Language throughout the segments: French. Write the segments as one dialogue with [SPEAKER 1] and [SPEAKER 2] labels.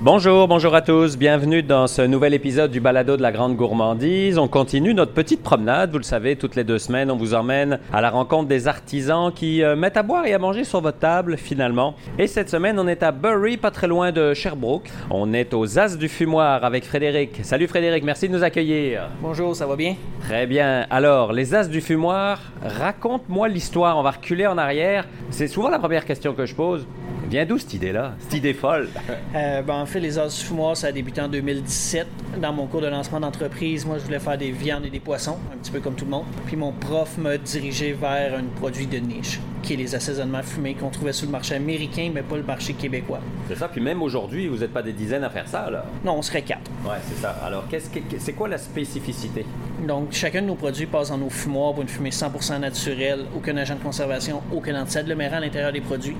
[SPEAKER 1] Bonjour, bonjour à tous. Bienvenue dans ce nouvel épisode du Balado de la Grande Gourmandise. On continue notre petite promenade. Vous le savez, toutes les deux semaines, on vous emmène à la rencontre des artisans qui euh, mettent à boire et à manger sur votre table, finalement. Et cette semaine, on est à Bury, pas très loin de Sherbrooke. On est aux As du Fumoir avec Frédéric. Salut Frédéric, merci de nous accueillir.
[SPEAKER 2] Bonjour, ça va bien?
[SPEAKER 1] Très bien. Alors, les As du Fumoir, raconte-moi l'histoire. On va reculer en arrière. C'est souvent la première question que je pose. Viens d'où cette idée-là? Cette idée folle?
[SPEAKER 2] Euh, ben, en fait, les os fumoirs, ça a débuté en 2017. Dans mon cours de lancement d'entreprise, moi, je voulais faire des viandes et des poissons, un petit peu comme tout le monde. Puis mon prof m'a dirigé vers un produit de niche, qui est les assaisonnements fumés qu'on trouvait sur le marché américain, mais pas le marché québécois.
[SPEAKER 1] C'est ça, puis même aujourd'hui, vous n'êtes pas des dizaines à faire ça, là.
[SPEAKER 2] Non, on serait quatre.
[SPEAKER 1] Ouais, c'est ça. Alors, qu'est-ce que- que- c'est quoi la spécificité?
[SPEAKER 2] Donc, chacun de nos produits passe dans nos fumoirs pour une fumée 100% naturelle, aucun agent de conservation, aucun antiadlomérant à l'intérieur des produits.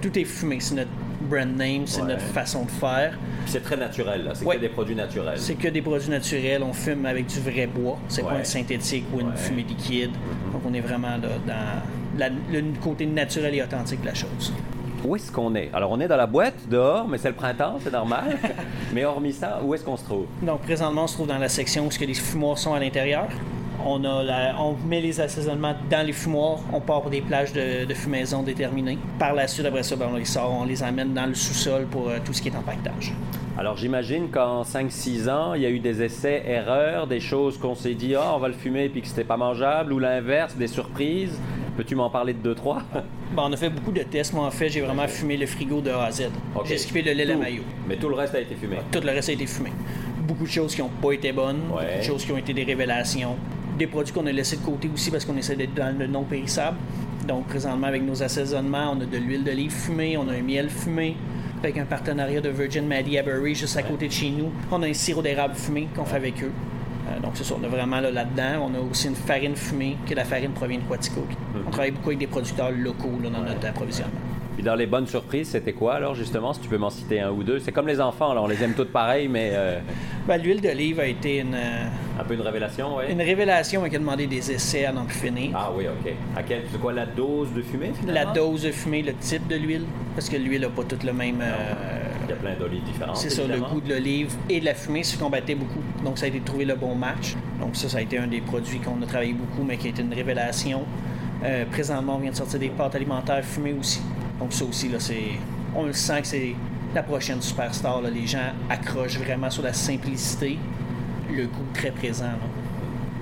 [SPEAKER 2] Tout est fumé, c'est notre brand name, c'est
[SPEAKER 1] Ouais.
[SPEAKER 2] notre façon de faire.
[SPEAKER 1] Puis C'est très naturel, là. C'est
[SPEAKER 2] Ouais.
[SPEAKER 1] que des produits naturels.
[SPEAKER 2] C'est que des produits naturels, on fume avec du vrai bois, c'est
[SPEAKER 1] Ouais.
[SPEAKER 2] pas un synthétique ou une
[SPEAKER 1] Ouais. Mm-hmm.
[SPEAKER 2] fumée liquide. Donc on est vraiment là, dans la- le côté naturel et authentique de la chose.
[SPEAKER 1] Où est-ce qu'on est? Alors, on est dans la boîte, dehors, mais c'est le printemps, c'est normal. mais hormis ça, où est-ce qu'on se trouve?
[SPEAKER 2] Donc présentement, on se trouve dans la section où ce que les fumoirs sont à l'intérieur. On, a la- on met les assaisonnements dans les fumoirs, on part pour des plages de, de fumaison déterminées. Par la suite, après ça, ben, on les sort, on les amène dans le sous-sol pour euh, tout ce qui est en pactage.
[SPEAKER 1] Alors, j'imagine qu'en 5-6 ans, il y a eu des essais, erreurs, des choses qu'on s'est dit, ah, on va le fumer, puis que c'était pas mangeable, ou l'inverse, des surprises. Peux-tu m'en parler de 2-3?
[SPEAKER 2] Ben, on a fait beaucoup de tests. Moi, en fait, j'ai vraiment fumé le frigo de A à Z.
[SPEAKER 1] Ok.
[SPEAKER 2] J'ai skippé le lait à
[SPEAKER 1] Tout.
[SPEAKER 2] maillot.
[SPEAKER 1] Mais tout le reste a été fumé.
[SPEAKER 2] Tout le reste a été fumé. Beaucoup de choses qui n'ont pas été bonnes,
[SPEAKER 1] Ouais.
[SPEAKER 2] beaucoup de choses qui ont été des révélations, des produits qu'on a laissés de côté aussi parce qu'on essaie d'être dans le non périssable. Donc, présentement, avec nos assaisonnements, on a de l'huile d'olive fumée, on a un miel fumé, avec un partenariat de Virgin Maddy à Burry, juste à côté de chez nous. On a un sirop d'érable fumé qu'on fait avec eux. Euh, donc, c'est ça, on a vraiment là, là-dedans. on a aussi une farine fumée, que la farine provient de Quaticook. On travaille beaucoup avec des producteurs locaux là, dans notre approvisionnement.
[SPEAKER 1] Puis dans les bonnes surprises, c'était quoi alors justement, si tu peux m'en citer un ou deux? C'est comme les enfants, là, on les aime toutes pareilles, mais euh,
[SPEAKER 2] Ben, l'huile d'olive a été une, euh,
[SPEAKER 1] un peu une révélation, oui.
[SPEAKER 2] une révélation et qui a demandé des essais à n'en plus finir.
[SPEAKER 1] Ah oui, ok. À quel, c'est quoi la dose de fumée
[SPEAKER 2] La
[SPEAKER 1] finalement?
[SPEAKER 2] dose de fumée, le type de l'huile, parce que l'huile n'a pas tout le même. euh,
[SPEAKER 1] Il y a plein d'olives différentes.
[SPEAKER 2] c'est ça, le
[SPEAKER 1] Ah, évidemment.
[SPEAKER 2] goût de l'olive et de la fumée se combattaient beaucoup. Donc, ça a été de trouver le bon match. Donc, ça, ça a été un des produits qu'on a travaillé beaucoup, mais qui a été une révélation. Euh, présentement, on vient de sortir des pâtes alimentaires fumées aussi. Donc, ça aussi, là, c'est. On le sent que c'est la prochaine superstar. là. Les gens accrochent vraiment sur la simplicité, le goût très présent. là.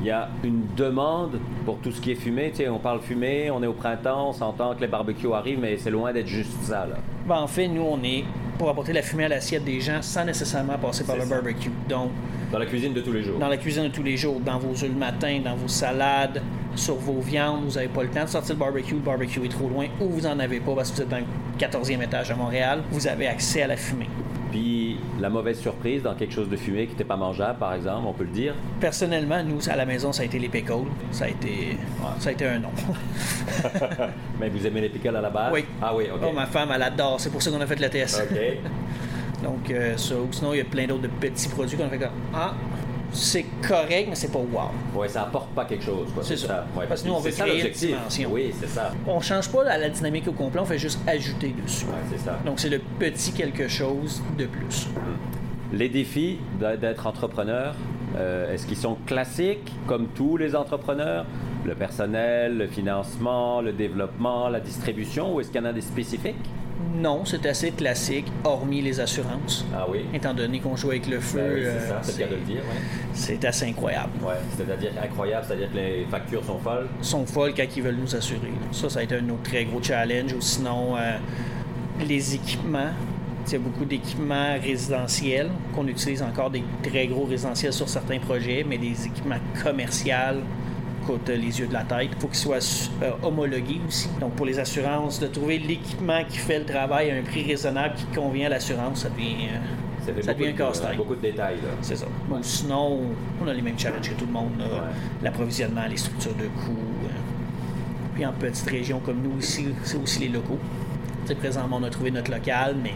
[SPEAKER 1] Il y a une demande pour tout ce qui est fumé. Tu sais, on parle fumé, on est au printemps, on s'entend que les barbecues arrivent, mais c'est loin d'être juste ça. Là.
[SPEAKER 2] Ben, en fait, nous, on est pour apporter la fumée à l'assiette des gens sans nécessairement passer par
[SPEAKER 1] C'est
[SPEAKER 2] le
[SPEAKER 1] ça.
[SPEAKER 2] barbecue. Donc,
[SPEAKER 1] Dans la cuisine de tous les jours.
[SPEAKER 2] dans la cuisine de tous les jours, dans vos œufs le matin, dans vos salades, sur vos viandes, vous n'avez pas le temps de sortir le barbecue, le barbecue est trop loin, ou vous n'en avez pas parce que vous êtes dans le 14e étage à Montréal, vous avez accès à la fumée.
[SPEAKER 1] Puis la mauvaise surprise dans quelque chose de fumé qui n'était pas mangeable, par exemple, on peut le dire.
[SPEAKER 2] Personnellement, nous, à la maison, ça a été les pécoles, ça a été, ça a été un nom.
[SPEAKER 1] mais vous aimez les pickles à la base?
[SPEAKER 2] oui.
[SPEAKER 1] Ah oui, ok.
[SPEAKER 2] Oh, ma femme, elle adore, c'est pour ça qu'on a fait le test.
[SPEAKER 1] Ok.
[SPEAKER 2] Donc, euh, ça, ou sinon, il y a plein d'autres de petits produits qu'on a fait comme, ah, c'est correct, mais c'est pas wow.
[SPEAKER 1] Ouais, ça apporte pas quelque chose. quoi.
[SPEAKER 2] C'est ça.
[SPEAKER 1] Ouais,
[SPEAKER 2] Parce que nous, on
[SPEAKER 1] c'est
[SPEAKER 2] veut
[SPEAKER 1] ça,
[SPEAKER 2] créer une
[SPEAKER 1] l'objectif.
[SPEAKER 2] dimension.
[SPEAKER 1] Oui, c'est ça.
[SPEAKER 2] On change pas la, la dynamique au complet, on fait juste ajouter dessus.
[SPEAKER 1] Ouais, c'est ça.
[SPEAKER 2] Donc, c'est le petit quelque chose de plus.
[SPEAKER 1] Les défis d'a- d'être entrepreneur, euh, est-ce qu'ils sont classiques comme tous les entrepreneurs Le personnel, le financement, le développement, la distribution, ou est-ce qu'il y en a des spécifiques
[SPEAKER 2] Non, c'est assez classique, hormis les assurances.
[SPEAKER 1] Ah oui.
[SPEAKER 2] Étant donné qu'on joue avec le feu,
[SPEAKER 1] Ben oui,
[SPEAKER 2] euh,
[SPEAKER 1] c'est ça, c'est le cas de le dire. ouais.
[SPEAKER 2] c'est assez incroyable.
[SPEAKER 1] Ouais, c'est-à-dire incroyable, c'est-à-dire que les factures sont folles.
[SPEAKER 2] Ils sont folles quand ils veulent nous assurer. Ça, ça a été un autre très gros challenge. Ou sinon, euh, les équipements. Il y a beaucoup d'équipements résidentiels qu'on utilise encore des très gros résidentiels sur certains projets, mais des équipements commerciaux coûtent euh, les yeux de la tête. Il faut qu'ils soient su- euh, homologués aussi. Donc, pour les assurances, de trouver l'équipement qui fait le travail à un prix raisonnable qui convient à l'assurance, ça devient, euh,
[SPEAKER 1] Ça fait
[SPEAKER 2] ça
[SPEAKER 1] beaucoup,
[SPEAKER 2] devient
[SPEAKER 1] de,
[SPEAKER 2] casse-tête.
[SPEAKER 1] beaucoup de détails. là.
[SPEAKER 2] C'est ça. Ou sinon, on a les mêmes challenges que tout le monde. là.
[SPEAKER 1] Ouais.
[SPEAKER 2] L'approvisionnement, les structures de coûts. euh. Puis en petite région comme nous ici, c'est aussi les locaux. Tu sais, présentement, on a trouvé notre local, mais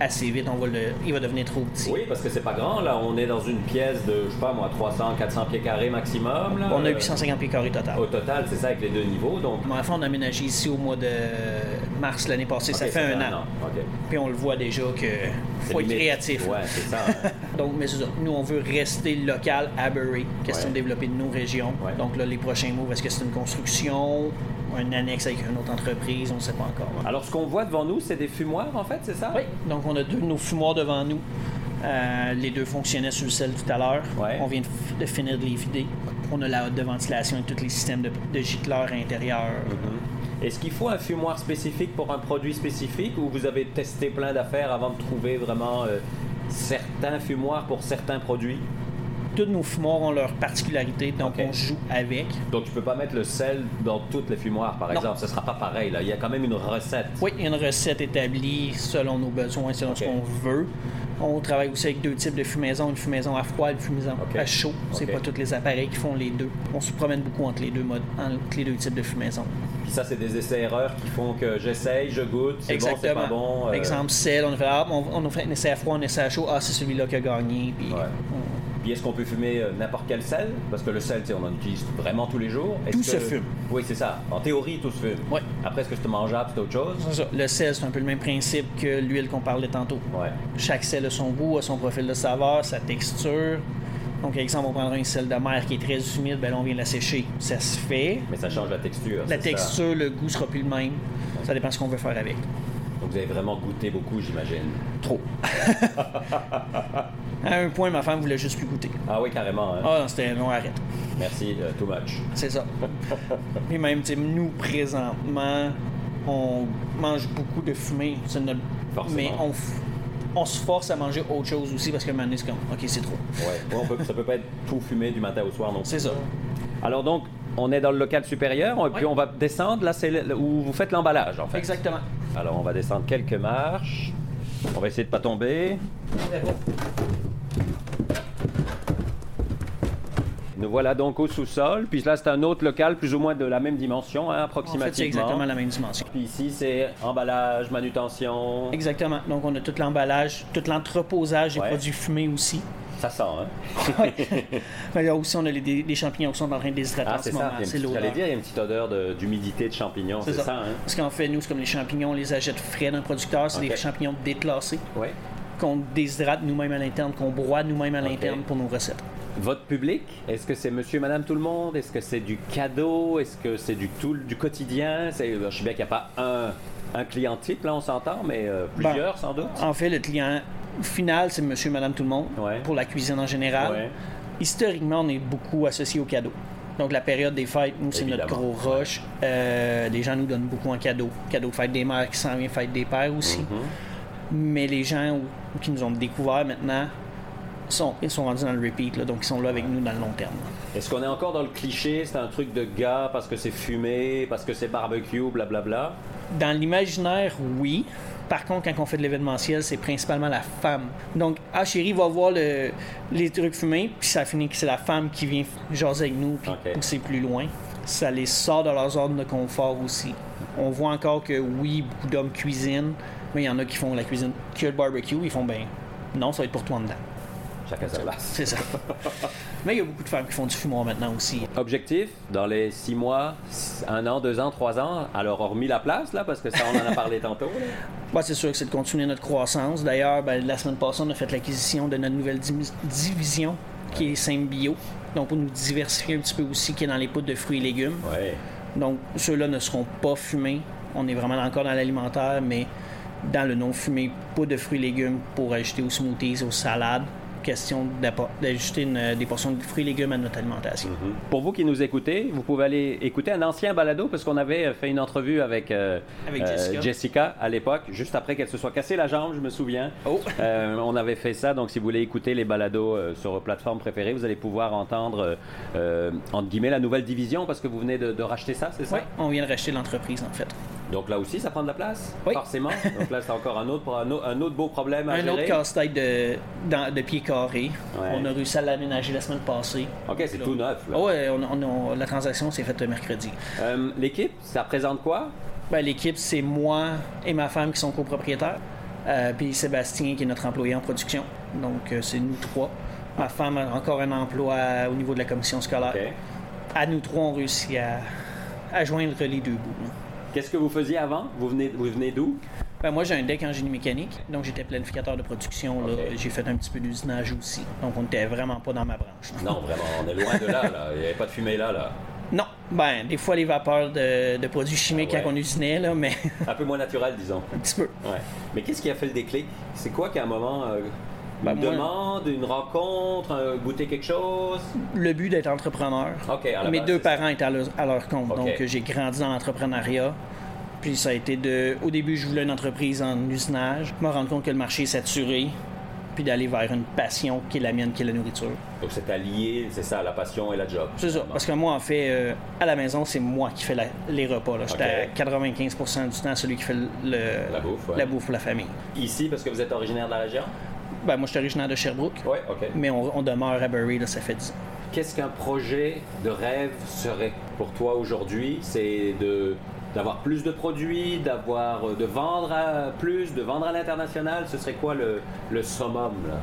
[SPEAKER 2] assez vite, on va le... il va devenir trop petit.
[SPEAKER 1] Oui, parce que c'est pas grand, là. On est dans une pièce de, je sais pas moi, 300, 400 pieds carrés maximum. là.
[SPEAKER 2] On a
[SPEAKER 1] Euh,
[SPEAKER 2] 850 pieds carrés total.
[SPEAKER 1] Au total, c'est ça, avec les deux niveaux. Donc,
[SPEAKER 2] Mon enfant, on a aménagé ici au mois de mars l'année passée. ça
[SPEAKER 1] Ok,
[SPEAKER 2] fait un an.
[SPEAKER 1] Ok.
[SPEAKER 2] Puis on le voit déjà que
[SPEAKER 1] C'est
[SPEAKER 2] faut être
[SPEAKER 1] limite.
[SPEAKER 2] créatif.
[SPEAKER 1] Ouais, c'est ça. hein.
[SPEAKER 2] Donc, mais c'est ça. Nous, on veut rester local à Bury. Question
[SPEAKER 1] Ouais.
[SPEAKER 2] de développer de nos régions.
[SPEAKER 1] Ouais.
[SPEAKER 2] Donc, là, les prochains moves, est-ce que c'est une construction, un annexe avec une autre entreprise On ne sait pas encore.
[SPEAKER 1] Alors, ce qu'on voit devant nous, c'est des fumoirs, en fait, c'est ça?
[SPEAKER 2] Oui. Donc, on a deux de nos fumoirs devant nous. Euh, les deux fonctionnaient sur le sel tout à l'heure.
[SPEAKER 1] Ouais.
[SPEAKER 2] On vient de f- de finir de les vider. On a la haute de ventilation et tous les systèmes de, de gicleurs intérieurs.
[SPEAKER 1] Mm-hmm. Est-ce qu'il faut un fumoir spécifique pour un produit spécifique ou vous avez testé plein d'affaires avant de trouver vraiment euh, certains fumoirs pour certains produits?
[SPEAKER 2] Tous nos fumoirs ont leurs particularités, donc
[SPEAKER 1] Ok.
[SPEAKER 2] on joue avec.
[SPEAKER 1] Donc, tu peux pas mettre le sel dans toutes les fumoirs, par
[SPEAKER 2] Non.
[SPEAKER 1] exemple. Ce sera pas pareil, là. Il y a quand même une recette.
[SPEAKER 2] Oui, il y a une recette établie selon nos besoins, selon ce
[SPEAKER 1] Ok.
[SPEAKER 2] qu'on veut. On travaille aussi avec deux types de fumaison, une fumaison à froid et une fumaison
[SPEAKER 1] Ok.
[SPEAKER 2] à chaud. C'est
[SPEAKER 1] Ok.
[SPEAKER 2] pas tous les appareils qui font les deux. On se promène beaucoup entre les deux modes, entre les deux types de fumaison.
[SPEAKER 1] Puis ça, c'est des essais-erreurs qui font que j'essaye, je goûte, c'est bon, c'est
[SPEAKER 2] Exactement.
[SPEAKER 1] pas bon. euh,
[SPEAKER 2] Exemple, sel, on a fait, ah, on, on a fait un essai à froid, un essai à chaud, ah, c'est celui-là qui a gagné. Puis,
[SPEAKER 1] Ouais.
[SPEAKER 2] on-
[SPEAKER 1] Puis est-ce qu'on peut fumer euh, n'importe quel sel Parce que le sel, tu sais, on en utilise vraiment tous les jours. Est-ce
[SPEAKER 2] Tout
[SPEAKER 1] que-
[SPEAKER 2] se fume.
[SPEAKER 1] Oui, c'est ça. En théorie, tout se fume.
[SPEAKER 2] Ouais.
[SPEAKER 1] Après, est-ce que c'est mangeable, c'est autre chose
[SPEAKER 2] C'est ça. Le sel, c'est un peu le même principe que l'huile qu'on parlait tantôt.
[SPEAKER 1] Ouais.
[SPEAKER 2] Chaque sel a son goût, a son profil de saveur, sa texture. Donc, exemple, on prendra un sel de mer qui est très humide, ben là, on vient la sécher. Ça se fait.
[SPEAKER 1] Mais ça change la texture. c'est
[SPEAKER 2] La
[SPEAKER 1] ça.
[SPEAKER 2] texture, le goût sera plus le même. Ça dépend de ce qu'on veut faire avec.
[SPEAKER 1] Donc vous avez vraiment goûté beaucoup, j'imagine.
[SPEAKER 2] Trop. à un point, ma femme voulait juste plus goûter.
[SPEAKER 1] Ah oui, carrément. hein.
[SPEAKER 2] Ah non, c'était non, arrête.
[SPEAKER 1] Merci, euh, too much.
[SPEAKER 2] C'est ça. Et même, tu sais, nous, présentement, on mange beaucoup de fumée. c'est notre-
[SPEAKER 1] Forcément.
[SPEAKER 2] Mais on, f- on se force à manger autre chose aussi parce que maintenant, c'est comme, OK, c'est trop.
[SPEAKER 1] Ouais. Ouais, on peut- ça peut pas être tout fumé du matin au soir non plus.
[SPEAKER 2] C'est ça.
[SPEAKER 1] Alors donc, on est dans le local supérieur, on- puis
[SPEAKER 2] Ouais.
[SPEAKER 1] on va descendre. Là, c'est le- où vous faites l'emballage, en fait.
[SPEAKER 2] Exactement.
[SPEAKER 1] Alors on va descendre quelques marches. On va essayer de pas tomber. Nous voilà donc au sous-sol. Puis là, c'est un autre local, plus ou moins de la même dimension, hein,
[SPEAKER 2] En fait, c'est
[SPEAKER 1] approximativement.
[SPEAKER 2] exactement la même dimension.
[SPEAKER 1] Puis ici, c'est emballage, manutention.
[SPEAKER 2] Exactement. Donc, on a tout l'emballage, tout l'entreposage des
[SPEAKER 1] Ouais.
[SPEAKER 2] produits fumés aussi.
[SPEAKER 1] Ça sent, hein?
[SPEAKER 2] Mais là aussi, on a les, des- des champignons qui sont en train de déshydrater
[SPEAKER 1] Ah,
[SPEAKER 2] en ce
[SPEAKER 1] c'est ça.
[SPEAKER 2] moment.
[SPEAKER 1] Il y a une
[SPEAKER 2] C'est
[SPEAKER 1] petite- J'allais
[SPEAKER 2] l'odeur.
[SPEAKER 1] dire, il y a une petite odeur de- d'humidité de champignons, c'est ça, hein?
[SPEAKER 2] Parce qu'en fait, nous, c'est comme les champignons, on les achète frais d'un producteur. C'est
[SPEAKER 1] Ok.
[SPEAKER 2] des champignons déclassés
[SPEAKER 1] Oui.
[SPEAKER 2] qu'on déshydrate nous-mêmes à l'interne, qu'on broie nous-mêmes à l'interne pour nos recettes.
[SPEAKER 1] Votre public, est-ce que c'est monsieur, madame, tout le monde? Est-ce que c'est du cadeau? Est-ce que c'est du tout, du quotidien? C'est- euh, Je sais bien qu'il n'y a pas un, un client type, là, on s'entend, mais euh, plusieurs, sans doute.
[SPEAKER 2] En fait, le client final, c'est monsieur, madame, tout le monde,
[SPEAKER 1] Ouais.
[SPEAKER 2] pour la cuisine en général.
[SPEAKER 1] Ouais.
[SPEAKER 2] Historiquement, on est beaucoup associé aux cadeaux. Donc, la période des fêtes, nous, c'est notre
[SPEAKER 1] Évidemment.
[SPEAKER 2] gros rush. Euh, les gens nous donnent beaucoup en cadeaux. Cadeaux de fête des mères qui s'en vient, fête des pères aussi.
[SPEAKER 1] Mhm.
[SPEAKER 2] Mais les gens ou- qui nous ont découvert maintenant, sont, ils sont rendus dans le repeat, là. donc ils sont là avec nous dans le long terme.
[SPEAKER 1] Est-ce qu'on est encore dans le cliché? C'est un truc de gars parce que c'est fumé, parce que c'est barbecue, blablabla.
[SPEAKER 2] Dans l'imaginaire, oui. Par contre, quand on fait de l'événementiel, c'est principalement la femme. Donc, ah, chérie va voir le- les trucs fumés, puis ça finit que c'est la femme qui vient jaser avec nous, puis
[SPEAKER 1] Ok.
[SPEAKER 2] pousser plus loin. Ça les sort de leur zone de confort aussi. On voit encore que oui, beaucoup d'hommes cuisinent, mais il y en a qui font la cuisine que le barbecue, ils font ben non, ça va être pour toi en dedans.
[SPEAKER 1] Chacun sa place.
[SPEAKER 2] C'est ça. mais il y a beaucoup de femmes qui font du fumoir maintenant aussi.
[SPEAKER 1] Objectif, dans les six mois, s- un an, deux ans, trois ans, alors on remis la place là, parce que ça on en a parlé tantôt. là.
[SPEAKER 2] Ouais, Bah, c'est sûr que c'est de continuer notre croissance. D'ailleurs, ben, la semaine passée, on a fait l'acquisition de notre nouvelle dim- division qui est Symbio. Donc, pour nous diversifier un petit peu aussi, qui est dans les poudres de fruits et légumes.
[SPEAKER 1] Ouais.
[SPEAKER 2] Donc, ceux-là ne seront pas fumés. On est vraiment encore dans l'alimentaire, mais dans le non-fumé, poudre de fruits et légumes pour ajouter aux smoothies, aux salades. Question d'appo- d'ajouter une- des portions de fruits et légumes à notre alimentation.
[SPEAKER 1] Pour vous qui nous écoutez, vous pouvez aller écouter un ancien balado parce qu'on avait euh, fait une entrevue avec, euh,
[SPEAKER 2] Avec
[SPEAKER 1] euh,
[SPEAKER 2] Jessica.
[SPEAKER 1] à l'époque, juste après qu'elle se soit cassée la jambe, je me souviens.
[SPEAKER 2] Oh.
[SPEAKER 1] Euh, on avait fait ça, donc si vous voulez écouter les balados euh, sur vos plateformes préférées, vous allez pouvoir entendre, euh, euh, entre guillemets, la nouvelle division parce que vous venez de, de racheter ça, c'est ça
[SPEAKER 2] Oui, on vient de racheter l'entreprise, en fait.
[SPEAKER 1] Donc là aussi, ça prend de la place,
[SPEAKER 2] Oui.
[SPEAKER 1] forcément. Donc là, c'est encore un autre, un autre- un autre beau problème à
[SPEAKER 2] Un
[SPEAKER 1] gérer.
[SPEAKER 2] autre casse-tête de, dans- de pied carré.
[SPEAKER 1] Ouais.
[SPEAKER 2] On a réussi à l'aménager la semaine passée.
[SPEAKER 1] Ok, c'est
[SPEAKER 2] Là.
[SPEAKER 1] tout neuf. là.
[SPEAKER 2] Ah ouais, on- on- on- la transaction s'est faite le mercredi.
[SPEAKER 1] Euh, L'équipe, ça présente quoi
[SPEAKER 2] Ben, L'équipe, c'est moi et ma femme qui sont copropriétaires, euh, puis Sébastien qui est notre employé en production. Donc, euh, c'est nous trois. Ma femme a encore un emploi au Ah. niveau de la commission scolaire.
[SPEAKER 1] Ok.
[SPEAKER 2] À nous trois, on réussit à, à joindre les deux bouts. là.
[SPEAKER 1] Qu'est-ce que vous faisiez avant? Vous venez, vous venez d'où?
[SPEAKER 2] Ben, moi, j'ai un deck en génie mécanique, donc j'étais planificateur de production. là.
[SPEAKER 1] Ok.
[SPEAKER 2] J'ai fait un petit peu d'usinage aussi. Donc, on n'était vraiment pas dans ma branche.
[SPEAKER 1] Non, vraiment, on est loin de là, là. Il n'y avait pas de fumée là, là.
[SPEAKER 2] Non, ben, des fois, les vapeurs de, de produits chimiques
[SPEAKER 1] Ah ouais.
[SPEAKER 2] quand on usinait, là, mais
[SPEAKER 1] Un peu moins naturel, disons.
[SPEAKER 2] un petit peu.
[SPEAKER 1] Ouais. Mais qu'est-ce qui a fait le déclic? C'est quoi qu'à un moment... euh, une
[SPEAKER 2] Ben, moi-
[SPEAKER 1] demande, une rencontre, un- goûter quelque chose?
[SPEAKER 2] Le but d'être entrepreneur.
[SPEAKER 1] OK, Ah, à la
[SPEAKER 2] Mes
[SPEAKER 1] base,
[SPEAKER 2] deux
[SPEAKER 1] c'est ça.
[SPEAKER 2] parents étaient à leur, à leur compte,
[SPEAKER 1] Ok.
[SPEAKER 2] donc euh, j'ai grandi dans l'entrepreneuriat. Puis ça a été de. Au début, je voulais une entreprise en usinage, me rendre compte que le marché est saturé, puis d'aller vers une passion qui est la mienne, qui est la nourriture.
[SPEAKER 1] Donc c'est allié, c'est ça, la passion et la job.
[SPEAKER 2] C'est ça, parce que moi, en fait, euh, à la maison, c'est moi qui fais la- les repas. là. J'étais
[SPEAKER 1] Ok.
[SPEAKER 2] à 95 du temps celui qui fait le,
[SPEAKER 1] La bouffe, ouais.
[SPEAKER 2] la bouffe pour la famille.
[SPEAKER 1] Ici, parce que vous êtes originaire de la région?
[SPEAKER 2] Ben, moi, je suis originaire de Sherbrooke,
[SPEAKER 1] Oui, OK.
[SPEAKER 2] mais on, on demeure à Bury, là, ça fait 10 ans.
[SPEAKER 1] Qu'est-ce qu'un projet de rêve serait pour toi aujourd'hui C'est de d'avoir plus de produits, d'avoir euh, de vendre à plus, de vendre à l'international. Ce serait quoi le, le summum là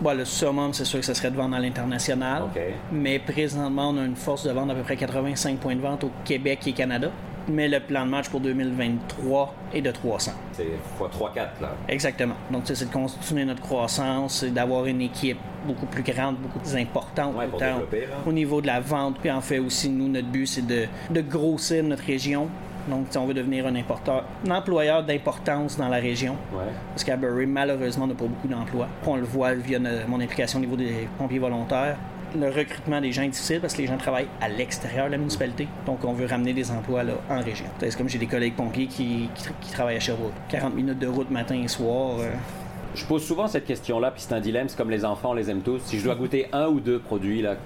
[SPEAKER 2] Bon, le summum, c'est sûr que ce serait de vendre à l'international.
[SPEAKER 1] Ok.
[SPEAKER 2] Mais présentement, on a une force de vente à peu près 85 points de vente au Québec et Canada. Mais le plan de match pour 2023 est de 300.
[SPEAKER 1] C'est x3-4 là.
[SPEAKER 2] Exactement. Donc, ça, c'est de continuer notre croissance, c'est d'avoir une équipe beaucoup plus grande, beaucoup plus importante
[SPEAKER 1] Ouais, pour développer, hein. là.
[SPEAKER 2] au niveau de la vente. Puis, en fait, aussi, nous, notre but, c'est de, de grossir notre région. Donc, si on veut devenir un importeur, un employeur d'importance dans la région.
[SPEAKER 1] Ouais.
[SPEAKER 2] Parce qu'à Bury, malheureusement, on n'a pas beaucoup d'emplois. On le voit via no- mon implication au niveau des pompiers volontaires. Le recrutement des gens est difficile parce que les gens travaillent à l'extérieur de la municipalité. Donc, on veut ramener des emplois là, en région. C'est comme j'ai des collègues pompiers qui, qui, qui travaillent à Sherbrooke. 40 minutes de route matin et soir. euh,
[SPEAKER 1] Je pose souvent cette question-là, puis c'est un dilemme, c'est comme les enfants, on les aime tous. Si je dois goûter un ou deux produits, là,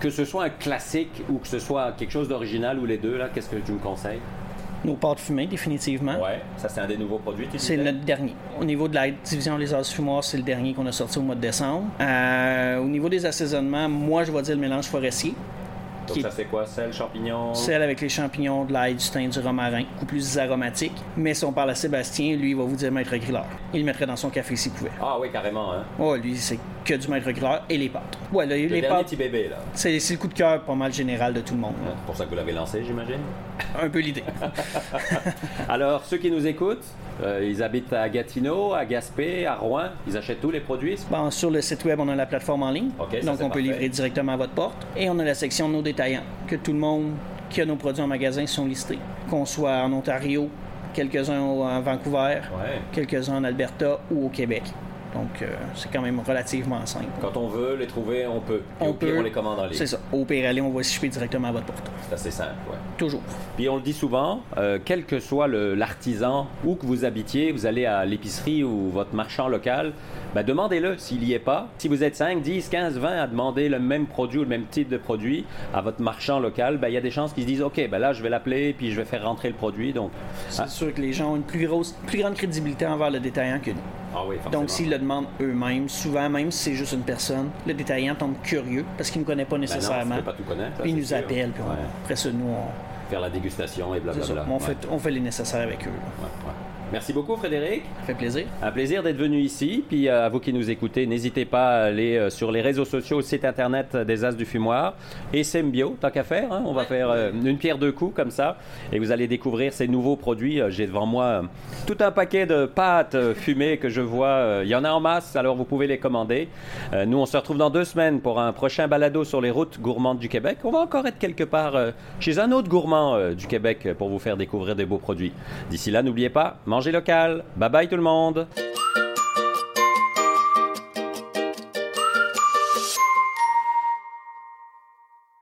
[SPEAKER 1] que ce soit un classique ou que ce soit quelque chose d'original ou les deux, là, qu'est-ce que tu me conseilles
[SPEAKER 2] nos portes fumées, définitivement.
[SPEAKER 1] Ouais, ça c'est un des nouveaux produits, tu
[SPEAKER 2] C'est
[SPEAKER 1] disais?
[SPEAKER 2] notre dernier. Au niveau de la division Les As Fumoirs, c'est le dernier qu'on a sorti au mois de décembre. Euh, au niveau des assaisonnements, moi, je vais dire le mélange forestier.
[SPEAKER 1] Donc
[SPEAKER 2] qui-
[SPEAKER 1] ça c'est quoi Sel, champignons
[SPEAKER 2] Celle avec les champignons, de l'ail, du thym, du romarin, beaucoup plus aromatique. Mais si on parle à Sébastien, lui, il va vous dire maître grilleur. Il le mettrait dans son café s'il pouvait.
[SPEAKER 1] Ah oui, carrément. Hein.
[SPEAKER 2] Oh, lui, c'est que du maître grilleur et les pâtes. Ouais, là,
[SPEAKER 1] Le
[SPEAKER 2] les
[SPEAKER 1] dernier
[SPEAKER 2] pâtes,
[SPEAKER 1] petit bébé là. Hein,
[SPEAKER 2] c'est c'est le coup de cœur pas mal général de tout le monde. là.
[SPEAKER 1] C'est pour ça que vous l'avez lancé, j'imagine.
[SPEAKER 2] Un peu l'idée.
[SPEAKER 1] Alors, ceux qui nous écoutent, euh, ils habitent à Gatineau, à Gaspé, à Rouen. Ils achètent tous les produits.
[SPEAKER 2] Bon, sur le site web, on a la plateforme en ligne.
[SPEAKER 1] Ok, ça,
[SPEAKER 2] donc,
[SPEAKER 1] c'est
[SPEAKER 2] on peut
[SPEAKER 1] parfait.
[SPEAKER 2] livrer directement à votre porte. Et on a la section nos détaillants, que tout le monde qui a nos produits en magasin sont listés. Qu'on soit en Ontario, quelques-uns au- à Vancouver,
[SPEAKER 1] Ouais.
[SPEAKER 2] quelques-uns en Alberta ou au Québec. Donc, euh, c'est quand même relativement simple.
[SPEAKER 1] Quand on veut les trouver, on peut. Puis
[SPEAKER 2] On
[SPEAKER 1] au pire,
[SPEAKER 2] peut.
[SPEAKER 1] on les commande en ligne.
[SPEAKER 2] C'est ça. Au pire, allez, on va shipper directement à votre porte.
[SPEAKER 1] C'est assez simple, ouais.
[SPEAKER 2] Toujours.
[SPEAKER 1] Puis on le dit souvent, euh, quel que soit le- l'artisan, où que vous habitiez, vous allez à l'épicerie ou votre marchand local, ben demandez-le s'il n'y est pas. Si vous êtes 5, 10, 15, 20 à demander le même produit ou le même type de produit à votre marchand local, ben il y a des chances qu'ils se disent OK, ben là je vais l'appeler puis je vais faire rentrer le produit. Donc, hein.
[SPEAKER 2] C'est
[SPEAKER 1] Ah.
[SPEAKER 2] sûr que les gens ont une plus, grosse, plus grande crédibilité envers le détaillant que nous.
[SPEAKER 1] ah oui,
[SPEAKER 2] Donc, s'ils le demandent eux-mêmes, souvent, même si c'est juste une personne, le détaillant tombe curieux parce qu'il ne connaît pas
[SPEAKER 1] Ben non, tu
[SPEAKER 2] nécessairement.
[SPEAKER 1] peux pas tout connaître, ça,
[SPEAKER 2] Ils
[SPEAKER 1] c'est
[SPEAKER 2] nous
[SPEAKER 1] sûr.
[SPEAKER 2] appellent, puis on-
[SPEAKER 1] Ouais.
[SPEAKER 2] après ça, nous, on,
[SPEAKER 1] Faire la dégustation et
[SPEAKER 2] c'est ça.
[SPEAKER 1] blablabla.
[SPEAKER 2] on,
[SPEAKER 1] Ouais,
[SPEAKER 2] fait, on fait les nécessaires avec eux. là.
[SPEAKER 1] ouais, ouais. Merci beaucoup Frédéric.
[SPEAKER 2] Ça fait plaisir.
[SPEAKER 1] Un plaisir d'être venu ici. Puis euh, à vous qui nous écoutez, n'hésitez pas à aller euh, sur les réseaux sociaux, site internet euh, des As du Fumoir et Sembio, tant qu'à faire. hein. on va faire euh, une pierre deux coups comme ça et vous allez découvrir ces nouveaux produits. Euh, J'ai devant moi euh, tout un paquet de pâtes euh, fumées que je vois. Euh, Il y en a en masse, alors vous pouvez les commander. Euh, nous, on se retrouve dans deux semaines pour un prochain balado sur les routes gourmandes du Québec. On va encore être quelque part euh, chez un autre gourmand euh, du Québec euh, pour vous faire découvrir des beaux produits. D'ici là, n'oubliez pas, mangez local. Bye bye tout le monde.